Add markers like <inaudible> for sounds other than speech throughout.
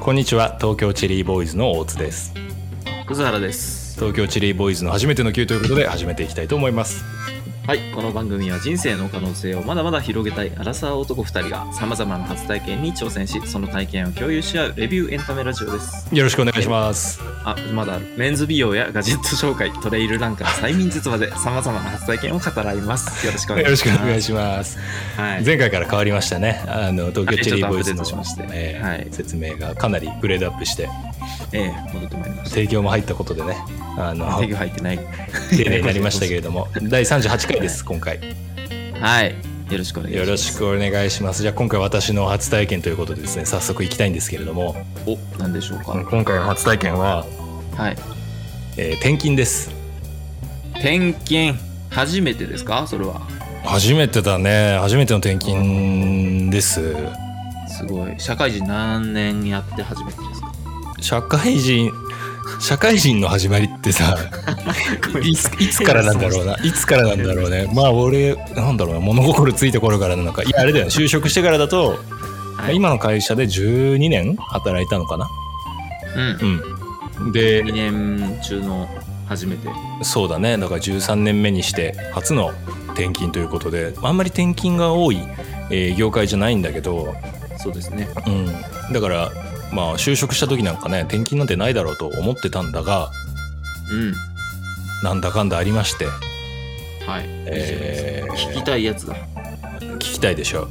こんにちは東京チェリーボーイズの大津です葛原です東京チェリーボーイズの初めての Q ということで始めていきたいと思いますはいこの番組は人生の可能性をまだまだ広げたいアラサー男2人がさまざまな初体験に挑戦しその体験を共有し合うレビューエンタメラジオですよろしくお願いしますあまだあるメンズ美容やガジェット紹介トレイルなんか催眠術までさまざまな初体験を語らいますよろしくおよ願いろししくおます願いしますはい前回から変わりましたねあの東京チェリーボーイズのはいちょっとアップデートしましてえーはい説明がかなりグレードアップしてええ戻ってまいりました提供も入ったことでねあ <laughs> の手が入ってない丁寧になりましたけれども第38回です今回はいよろしくお願いしまよすろしくお願いしますじゃあ今回私の初体験ということでですね早速いきたいんですけれどもお何でしょうか、今回の初体験は、はいえー転勤です転勤初めてですかそれは初めてだね初めての転勤ですすごい社会人何年やって初めてですか社会人社会人の始まりってさいついつからなんだろうないつからなんだろうねまあ俺なんだろうな物心ついた頃からなのかいやあれだよね就職してからだと、はい今の会社で12年働いたのかなうんうんで2年中の初めてそうだねだから13年目にして初の転勤ということであんまり転勤が多い、えー業界じゃないんだけど、そうですねうん、だからまあ就職した時なんかね転勤なんてないだろうと思ってたんだがうんなんだかんだありましてはい、えーいいじゃないですか聞きたいやつだ聞きたいでしょう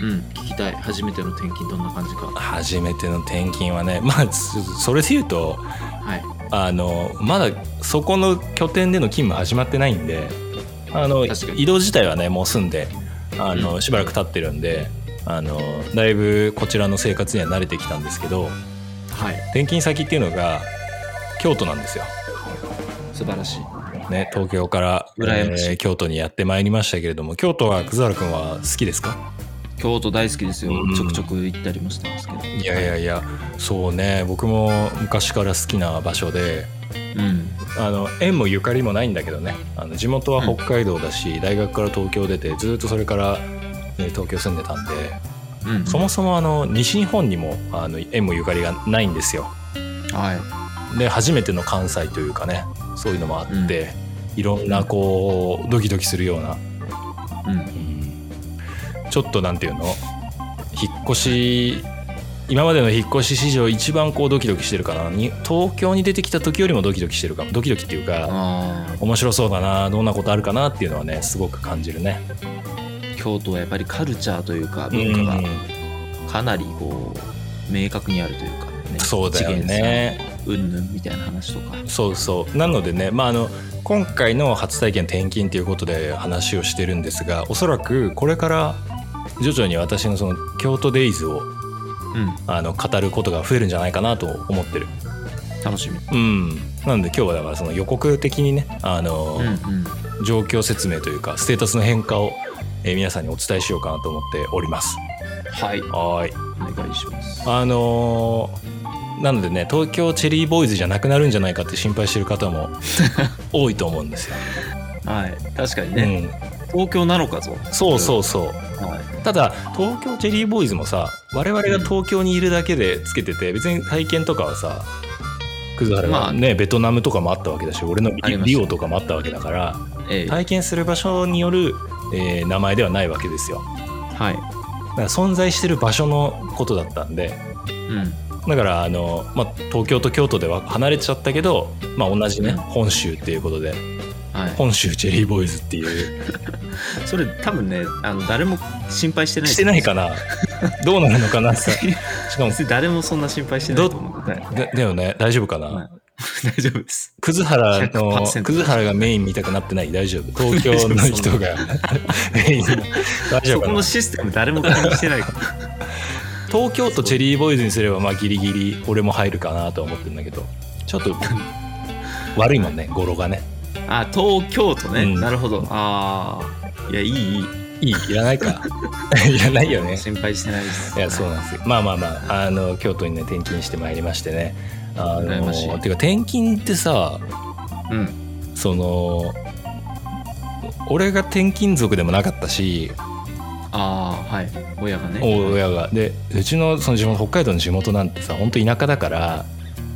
うん聞きたい初めての転勤どんな感じか初めての転勤はね <laughs> まあそそれで言うとはいあのまだそこの拠点での勤務始まってないんであの確かに移動自体はねもう済んであの、うんしばらく経ってるんであのだいぶこちらの生活には慣れてきたんですけどはい転勤先っていうのが京都なんですよ。素晴らしいね、東京から、羨ましいー京都にやってまいりましたけれども京都は葛原君は好きですか京都大好きですよ、うんちょくちょく行ったりもしてますけどいやいやいやそうね僕も昔から好きな場所でうんあの縁もゆかりもないんだけどねあの地元は北海道だし、大学から東京出てずっとそれから、えー東京住んでたんでうんそもそもあの西日本にもあの縁もゆかりがないんですよ。はいで初めての関西というかねそういうのもあって、いろんなこうドキドキするような、うんちょっとなんていうの引っ越し今までの引っ越し史上一番こうドキドキしてるかなに東京に出てきた時よりもドキドキしてるかもドキドキっていうか。あー面白そうだなどんなことあるかなっていうのはねすごく感じるね。京都はやっぱりカルチャーというか文化がかなりこう明確にあるというか、ね、そうだよね。うんぬんみたいな話とかそうそうなのでね、まあ、あの今回の初体験転勤ということで話をしてるんですがおそらくこれから徐々に私のその京都デイズをうんあの語ることが増えるんじゃないかなと思ってる。楽しみうん、なので今日はだからその予告的にねあの、うんうん状況説明というかステータスの変化を、えー皆さんにお伝えしようかなと思っております。はいはーいお願いしますあのーなのでね東京チェリーボーイズじゃなくなるんじゃないかって心配してる方 <laughs> も多いと思うんですよ。はい確かにね、東京なのかぞうん、そうそうそうはいただ東京チェリーボーイズもさ我々が東京にいるだけでつけてて別に体験とかはさ葛原まがあね、ベトナムとかもあったわけだし俺のありリましたリオとかもあったわけだからええ体験する場所による、えー名前ではないわけですよはい、だから存在してる場所のことだったんでうんだからあの、まあ、東京と京都では離れちゃったけど、まあ、同じね、うん本州っていうことでは本州チェリーボーイズっていうい、それ多分ねあの誰も心配してないしてないかなどうなるのかなさしかも <laughs> 別に誰もそんな心配してないと思うはい <laughs> だだよね大丈夫かはな、い大丈夫です葛原の100%葛原がメイン見たくなってない大丈夫東京の人がメイン大丈夫そこかなのシステム誰も気に <laughs> してないから東京都チェリーボーイズにすればまあギリギリ俺も入るかなとは思ってるんだけどちょっ <laughs> と悪いもんね語呂がねあ東京都ね、うんなるほどああいやいいいいいいいらないか <laughs> いらないよね心配してないですいやそうなんですよまあまあまああの京都にね転勤してまいりましてねあ羨のましいていうか転勤ってさうんその俺が転勤族でもなかったしああはい親がね親がでうちのその地元北海道の地元なんてさ本当田舎だから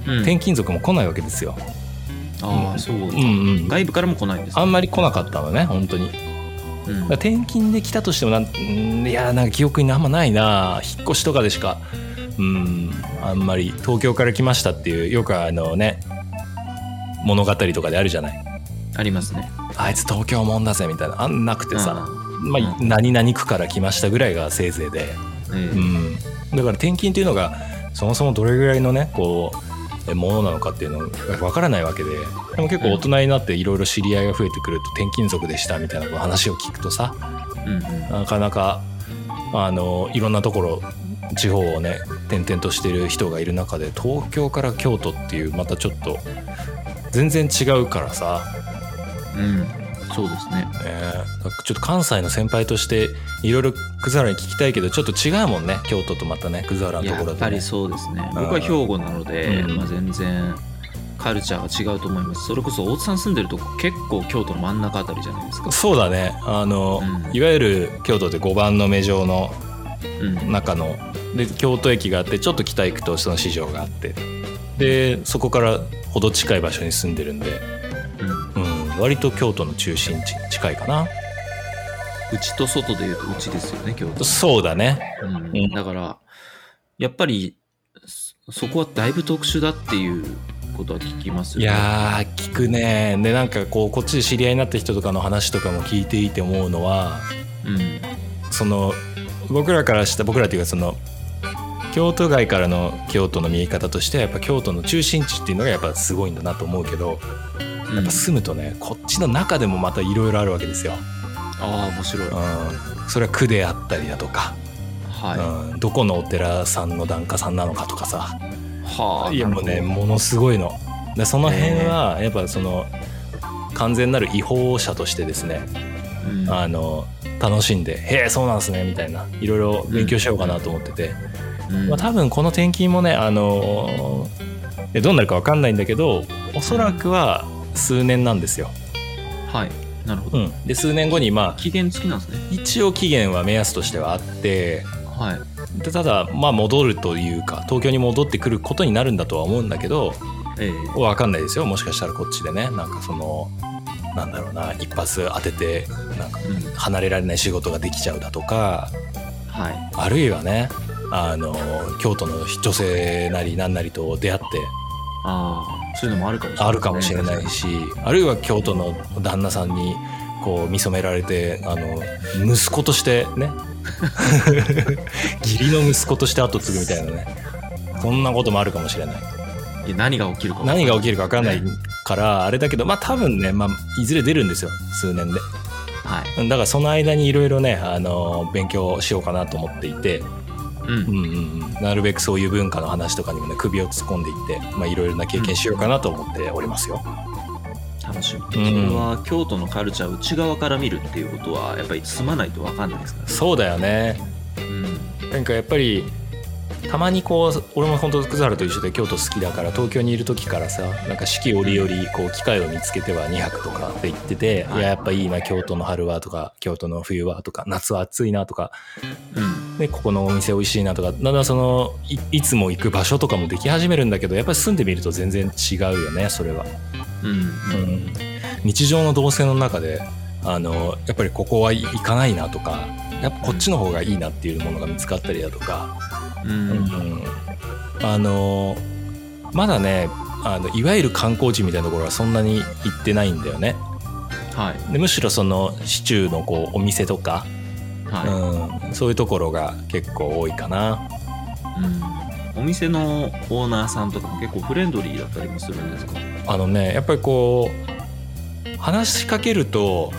うん転勤族も来ないわけですよ、ああそう、うんうん外部からも来ないんですあかんまり来なかったのね本当にだかうんら転勤で来たとしてもなんうんいやーなんか記憶にあんまないな引っ越しとかでしかうんあんまり東京から来ましたっていうよくあのね物語とかであるじゃないありますねあいつ東京もんだぜみたいなあんなくてさ、あまあ、う何々区から来ましたぐらいがせいぜいで、あえうえん、だから転勤っていうのがそもそもどれぐらいのねこうえものなのかっていうのがわからないわけででも結構大人になっていろいろ知り合いが増えてくると転勤族でしたみたいなこう話を聞くとさうんうんなかなかあのいろんなところ地方をね転々としてる人がいる中で東京から京都っていうまたちょっと全然違うからさうん、そうですね。ねだちょっと関西の先輩としていろいろ葛原に聞きたいけどちょっと違うもんね京都とまたね葛原のとこやろとっぱねりそうですね。うん僕は兵庫なので、うんまあ、全然カルチャーが違うと思います。それこそ大津さん住んでるとこ結構京都の真ん中あたりじゃないですか。そうだねあの、うんいわゆる京都で5番の目状のうん、中ので京都駅があってちょっと北行くとその市場があってでそこからほど近い場所に住んでるんで、うん。うん、割と京都の中心地に近いかなうちと外で言うとうちですよね、京都。そうだねううんん、だから、やっぱりそそこはだいぶ特殊だっていうことは聞きますいよね。やー聞くねでなんかこうこっちで知り合いになった人とかの話とかも聞いていて思うのはうん。その僕らからした僕らというかその京都外からの京都の見え方としてはやっぱ京都の中心地っていうのがやっぱすごいんだなと思うけどうん、住むとねこっちの中でもまたいろいろあるわけですよ、ああ、面白い。うん、それは区であったりだとか、はうん、どこのお寺さんの檀家さんなのかとかさい。はあ。いやもなるほうどねものすごいのでその辺はやっぱその完全なる違法者としてですねうんあの楽しんで「へえそうなんすね」みたいないろいろ勉強しようかなと思ってて、うんまあ、多分この転勤もね、あのーどうなるか分かんないんだけどおそらくは数年なんですよ。はい。なるほうど。ん、で数年後にまあ期限付きなんですね。一応期限は目安としてはあってはい。でただまあ戻るというか東京に戻ってくることになるんだとは思うんだけどええ分かんないですよもしかしたらこっちでねなんかそのなんだろうな一発当ててなんかうん離れられない仕事ができちゃうだとかはい。あるいはねあの京都の女性なりなんなりと出会ってああ、そういうのもあるかもしれない、あるかもしれない。しあるいは京都の旦那さんにこう見初められてあの息子としてね <laughs> 義理の息子として後継ぐみたいなねこんなこともあるかもしれないいや何が起きるか何が起きるるか分かんないからあれだけどまあ多分ね、まあ、いずれ出るんですよ数年ではい。だからその間にいろいろねあの勉強しようかなと思っていて、う。うんんうんうん、なるべくそういう文化の話とかにもね首を突っ込んでいってまあいろいろな経験しようかなと思っておりますよ。楽しみ。そうんれは京都のカルチャーを内側から見るっていうことは、やっぱり住まないとわかんないですから。そうだよねうん。なんかやっぱりたまにこう俺も本当葛原と一緒で京都好きだから東京にいる時からさなんか四季折々こう機会を見つけては2泊とかって言ってて、はいいややっぱいいな京都の春はとか京都の冬はとか夏は暑いなとかうん。でここのお店美味しいなとかだんだんそのいいつも行く場所とかもでき始めるんだけどやっぱり住んでみると全然違うよねそれは。うん。うん。日常の動線の中であのやっぱりここは行かないなとかやっぱこっちの方がいいなっていうものが見つかったりだとか。うん。うんあのまだねあのいわゆる観光地みたいなところはそんなに行ってないんだよねはい。でむしろその市中のこうお店とか、は。うん、そういうところが結構多いかないうん。お店のオーナーさんとかも結構フレンドリーだったりもするんですかあのねやっぱりこう話しかけると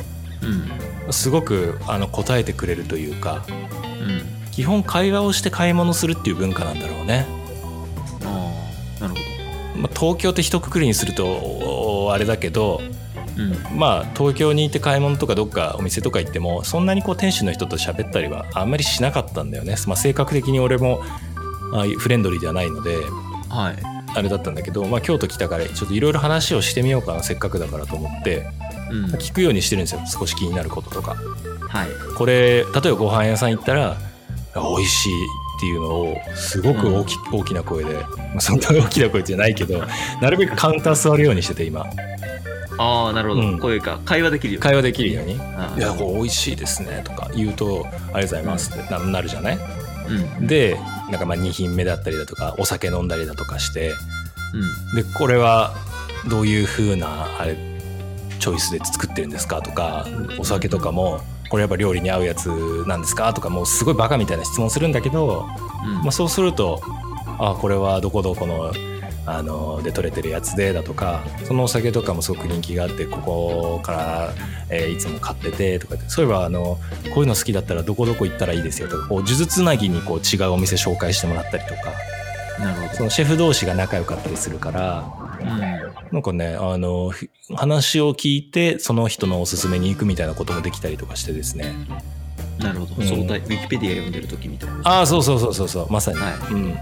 うん。すごくあの答えてくれるというかうん。基本会話をして買い物するっていう文化なんだろうね、ああ、なるほまあ、東京って一括りにするとおあれだけどど。うん。まあ東京に行って買い物とかどっかお店とか行ってもそんなにこう店主の人と喋ったりはあんまりしなかったんだよね、まあ、性格的に俺もああいうフレンドリーではないのではい。あれだったんだけど、まあ、京都来たからちょっといろいろ話をしてみようかなせっかくだからと思ってうん。聞くようにしてるんですよ少し気になることとかはい。これ例えばご飯屋さん行ったら美味しいっていうのをすごく大き,、大きな声で、まあ、そんな大きな声じゃないけどなるべくカウンター座るようにしてて今ああ、なるほど。うんこういうか、会話できるよ。会話できるように「あいやーこれ美味しいですね」とか言うと「ありがとうございます」ってななるじゃないうん。うん。でなんかまあ2品目だったりだとかお酒飲んだりだとかしてでこれはどういう風なあれチョイスで作ってるんですかとかお酒とかもこれやっぱ料理に合うやつなんですかとかもうすごいバカみたいな質問するんだけど、うん。まあ、そうするとあこれはどこどこのあので取れてるやつでだとかそのお酒とかもすごく人気があってここから、えーいつも買っててとかってそういえばあのこういうの好きだったらどこどこ行ったらいいですよとかこう数珠つなぎにこう違うお店紹介してもらったりとかなるほそのシェフ同士が仲良かったりするからど。うん。なんかね、あの、ひ話を聞いて、その人のおすすめに行くみたいなこともできたりとかしてですね。なるほうど。ん相対、ウィキペディア読んでる時みたいな。ああ、そうそうそうそうそう、まさに。はうい。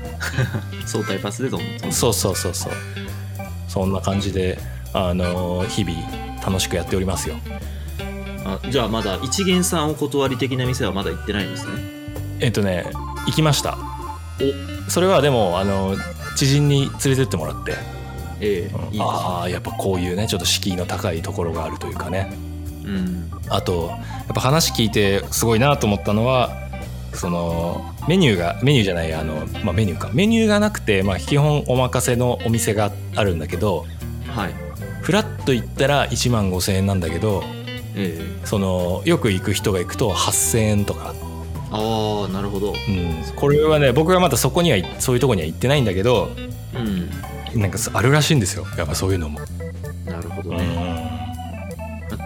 相対パスでどうも。ん、そうそうそうそう。そんな感じで、あの、日々楽しくやっておりますよ。あじゃあまだ一元さんお断り的な店はまだ行ってないんですね。えっとね、行きました。お、それはでも、あの、知人に連れてってもらって、ええうんいいですね。ああ、やっぱこういうね、ちょっと敷居の高いところがあるというかね。うん。あとやっぱ話聞いてすごいなと思ったのはそのメニューがメニューじゃないあの、まあ、メニューかメニューがなくて、まあ、基本お任せのお店があるんだけどはい。フラッと行ったら1万5,000円なんだけどええそのよく行く人が行くと8,000円とか、ああ、なるほうん、ど。これはね僕はまだそこにはそういうとこには行ってないんだけどうん。なんかあるらしいんですよやっぱそういうのも。なるほどうね。んまあ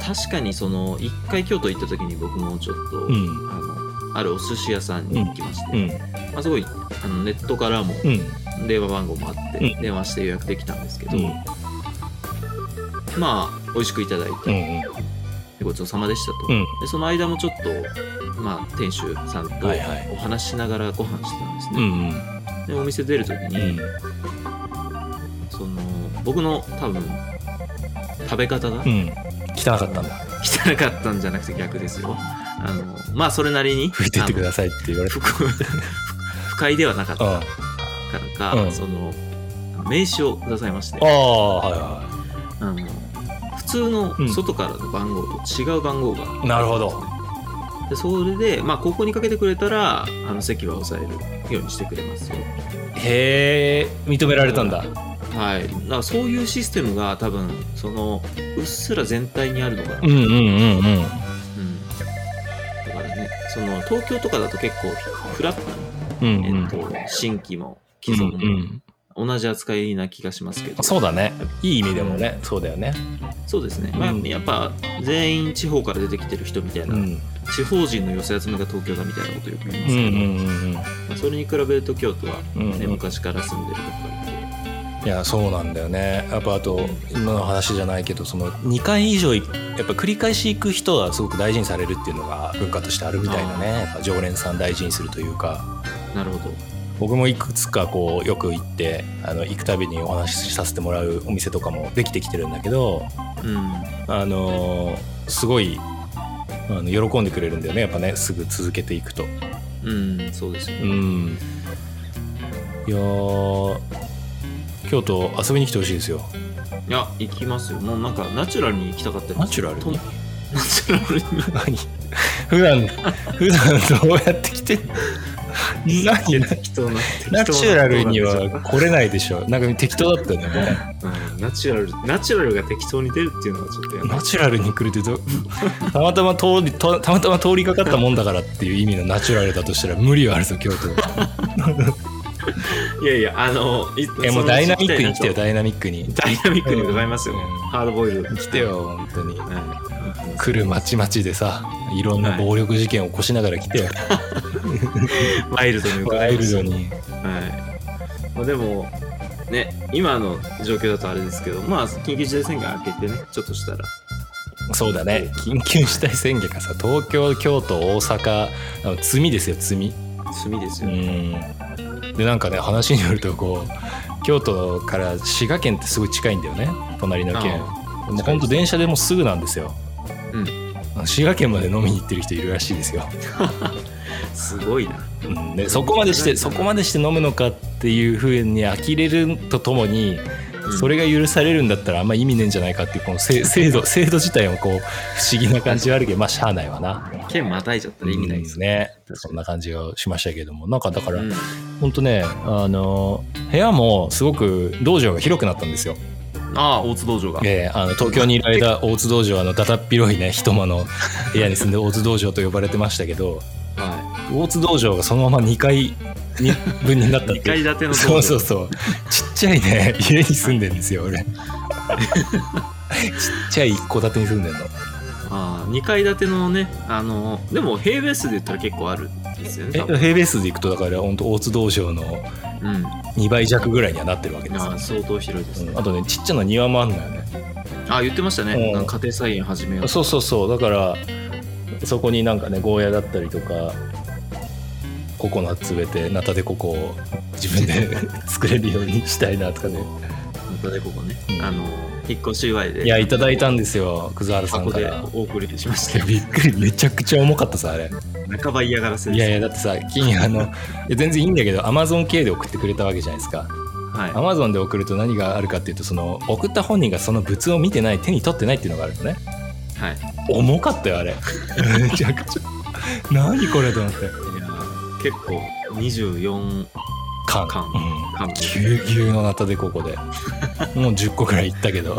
確かにその、一回京都行った時に僕もちょっと、うんあの、あるお寿司屋さんに行きまして、うんまあ、すごいあのネットからもうん電話番号もあって、う電話して予約できたんですけど、うんまあ美味しくいただいて、うんごちそうさまでしたと、うんでその間もちょっと、まあ、店主さんとはいはいお話ししながらご飯してたんですうね、んうんでお店出る時うに、んその僕の多分食べ方がうん汚かったんだ汚かったんじゃなくて逆ですよあのまあそれなりに拭いてってくだささいって言われて不不快ではなかったうんからか、うんその名刺をくださいましてああはいはあの普通うんの外からの番号と違う番号が、なるほどでそれで、まあ、ここにかけてくれたらあの席は押さえるようにしてくれますよいへえ認められたんだはいだからそういうシステムが多分そのうっすら全体にあるのかな、うんんうんうんだからねその東京とかだと結構フラットうんうに、えっんと、新規も既う存んうもん同じ扱いな気がしますけど、そうだねいい意味でもねそうだよねそうですね、まあ、うんやっぱ全員地方から出てきてる人みたいな、うん地方人の寄せ集めが東京だみたいなことよく言いまうんすうけど、んまあそれに比べると京都は、ねうんうん昔から住んでるところいやそうなんだよねやっぱあと今の話じゃないけどその2回以上いやっぱ繰り返し行く人はすごく大事にされるっていうのが文化としてあるみたいなねやっぱ常連さん大事にするというかでなるほど僕もいくつかこうよく行ってあの行くたびにお話しさせてもらうお店とかもできてきてるんだけどうんあのーすごいあの喜んでくれるんだよねやっぱねすぐ続けていくとうんそうですようね、んいやー京都遊びに来てほしいですよいや行きますよもうなんかナチュラルに行きたかったですナチュラルにとナチュラルに何普段普段どうやって来てんの何適当なナチュラルに適は来れないでしょなんか適当だったよね当なうんナチュラルナチュラルが適当に出るっていうのはちょっとやばいナチュラルに来るってどたまたま通りとたまたま通りかかったもんだからっていう意味のナチュラルだとしたら無理はあるぞ京都いやいやあのいえもうそのダイうちナ行きミッたクにいな来とてよダイナミックにダイナミックに伺いますよ、うんハードボイルドに来てよ本当にはい来るまちまちでさいろんな暴力事件を起こしながら来てよ、ワイルドに伺ワいイまルすドにはい。まあ、でも、ね、今の状況だとあれですけど、まあ、緊急事態宣言明けてね、ちょっとしたら。そうだね緊急事態宣言がさ東京京都大阪あの罪ですよ罪罪ですうよね。んでなんかね話によるとこう京都から滋賀県ってすごい近いんだよね隣の県ああもうほんと電車でもうすぐなんですよ。うんあ滋賀県まで飲みに行ってる人いるらしいですよ。すごいな。うんでそこまでしてそこまでして飲むのかっていうふうに呆れるとともにうんそれが許されるんだったらあんま意味ねえんじゃないかっていうこの制制度制度自体もこう不思議な感じはあるけどまあしゃあないわな。県またいちゃったら意味ないですうんねか。にそんな感じがしましたけどもなんかだかうらん本当ねあの部屋もすごく道場が広くなったんですよ。ああ、大津道場が。ええあの東京にいる間大津道場はあのだだっ広いね一間 <laughs> の部屋に住んで大津道場と呼ばれてましたけどは大津道場がそのまま2階に分になったってい。い2う階建ての道場。そうそうそう。ちっちゃいね、家に住んでんですよ、俺。ちっちゃい一戸建てに住んでんの。ああ、2階建てのね、あの、でも平米数で言ったら結構あるんですよね。多え、分平米数でいくと、だから、本当大津道場のうん。 2倍弱ぐらいにはなってるわけですあよあ、。相当広いですうねん。あとね、ちっちゃな庭もあんのよね。ああ、言ってましたうね。んなんか家庭菜園始めようと。そうそうそう、だから、そこになんかね、ゴーヤだったりとか、ココナッツ植えて、ナタデココを自分 <laughs> で作れるようにしたいなとかね。本当でここねう。んあの、引っ越し祝いで。いや、いただいたんですよ、葛原さん箱かでら。お送りしましいやた。びっくり、めちゃくちゃ重かったさ、あれ。半ば嫌がらせいでやす。いやだってさ金あのいや全然いいんだけどアマゾン系で送ってくれたわけじゃないですかはい。アマゾンで送ると何があるかっていうとその送った本人がその物を見てない手に取ってないっていうのがあるのねはい。重かったよあれめちゃくちゃ何これと思っていや結構24缶缶うん缶ですぎゅうぎゅうのナタでここでもう10個くらいいったけ <laughs> ど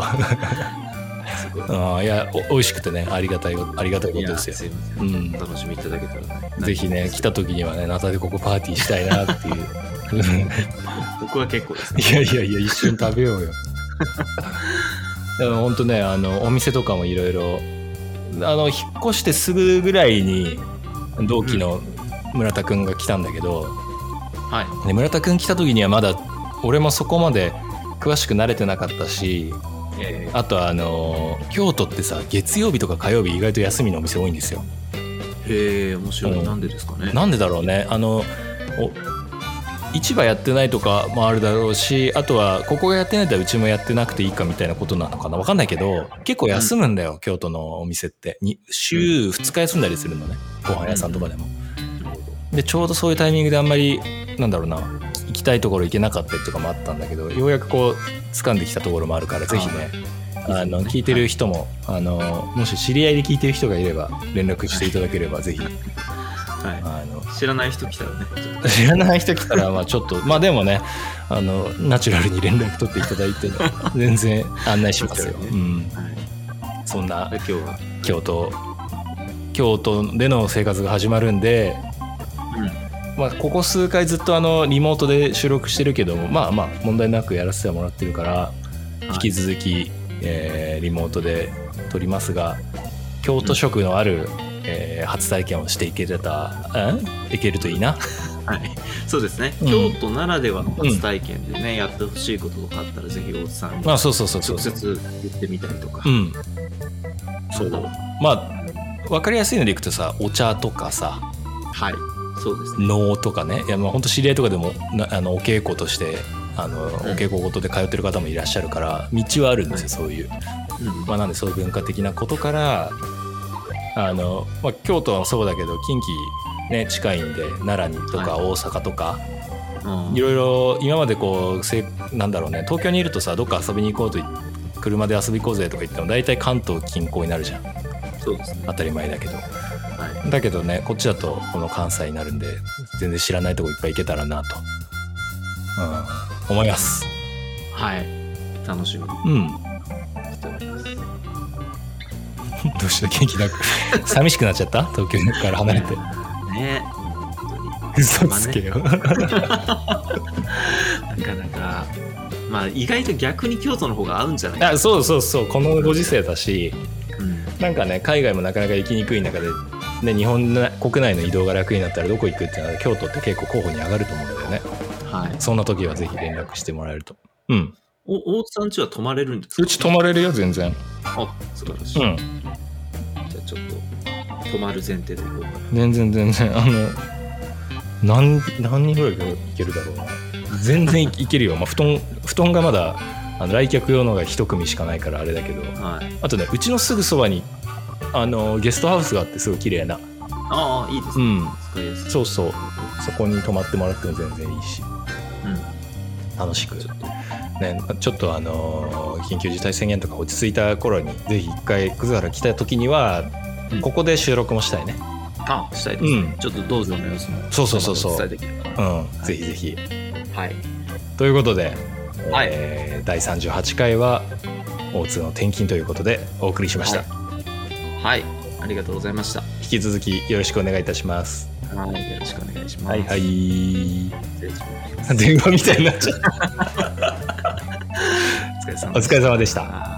ごいあーいやお美味しくてねありがたいことありがたいことですよいやいませんうんお楽しみいただけたら、ね、ぜひね来た時にはねナタでここパーティーしたいなっていう <laughs> 僕は結構ですねいやいやいや、一緒に食べようよ。 <laughs> でも本当ね、あのお店とかもいろいろ、あの引っ越してすぐぐらいに同期の村田くんが来たんだけど、はいで村田くん来た時にはまだ俺もそこまで詳しく慣れてなかったし、えあとあの京都ってさ月曜日とか火曜日意外と休みのお店多いんですよ。ーへえ面白い、うんなんでですかねなんでだろうねあのお市場やってないとかもあるだろうしあとはここがやってないとうちもやってなくていいかみたいなことなのかなわかんないけど結構休むんだよ、京都のお店ってに週2日休んだりするのねご飯屋さんとかでも、なるほどでちょうどそういうタイミングであんまりなんだろうな行きたいところ行けなかったりとかもあったんだけどようやくこう掴んできたところもあるからぜひねあの聞いてる人もあのもし知り合いで聞いてる人がいれば連絡していただければぜひはあのい、知らない人来たらねちょっと知らない人来たらまあちょっとまあでもねあのナチュラルに連絡取っていただい <laughs> て全然案内しますよ、そうでうすよん、はい、そんなで今日は、京都京都での生活が始まるんで、まあ、ここ数回ずっとあのリモートで収録してるけどもまあまあ問題なくやらせてはもらってるからうん、引きず続き、えーリモートで撮りますが京都色のある、えー初体験をしていけれた、うん、いけるといい <laughs> な。はい、はい、そうですね、うん京都ならではの初体験でね、やってほしいこととかあったらぜひ大津さんにあ直そうそうそうそう接言ってみたりとか、うんそうだまあ分かりやすいのでいくとさお茶とかさはいそうですね能とかねいやまあ本当知り合いとかでもなあのお稽古としてあの、お稽古ごとで通ってる方もいらっしゃるから道はあるんですよ、そういう、うんまあ、なんでそういう文化的なことからあの、まあ、京都はそうだけど近畿ね近いんで奈良にとかはい大阪とか、うんいろいろ今までこうせなんだろうね東京にいるとさどっか遊びに行こうとい車で遊び行こうぜとか言っても大体関東近郊になるじゃんそうですね当たり前だけどはだけどねこっちだとこの関西になるんで全然知らないとこいっぱい行けたらなと、うん、思いますい、はい、楽しみにうん <laughs> しておりますどうした元気なく <laughs> 寂しくなっちゃった東京から離れ <laughs> てね本当に嘘つけよなかなか、まあ、意外と逆に京都の方が合うんじゃないか、あそうそうそうこのご時世だしうん、なんかね海外もなかなか行きにくい中で、ね、日本な国内の移動が楽になったらどこ行くっていうのは京都って結構候補に上がると思うんだよねはいそんな時はぜひ連絡してもらえるとうんお大津さん家は泊まれるんですかうち泊まれるよ全然あ素晴らしうい、んじゃあちょっと泊まる前提でいこうかな全然全然あの何何人ぐらいいけるだろうな全然いいけるよ、まあ、布団布団がまだあの来客用のが一組しかないからあれだけどはいあとねうちのすぐそばにあのゲストハウスがあってすごい綺麗なああ、いいですうね。ん使いやすい。そうそうそこに泊まってもらっても全然いいしうん。楽しくね、ちょっとあのー緊急事態宣言とか落ち着いた頃にぜひ一回葛原来た時には、うんここで収録もしたいねあ、したいですね。うんちょっと道場の様子も。そうそうそうそうお伝えできればうな。ん、ぜひぜひはい。ということで、はいえー第38回は O2 の転勤ということでお送りしました、はい。ありがとうございました。引き続きよろしくお願いいたしますはい。よろしくお願いします。。はいはいい <laughs> 失礼します。電話みたいになっちゃったお疲れ様お疲れ様でしたた。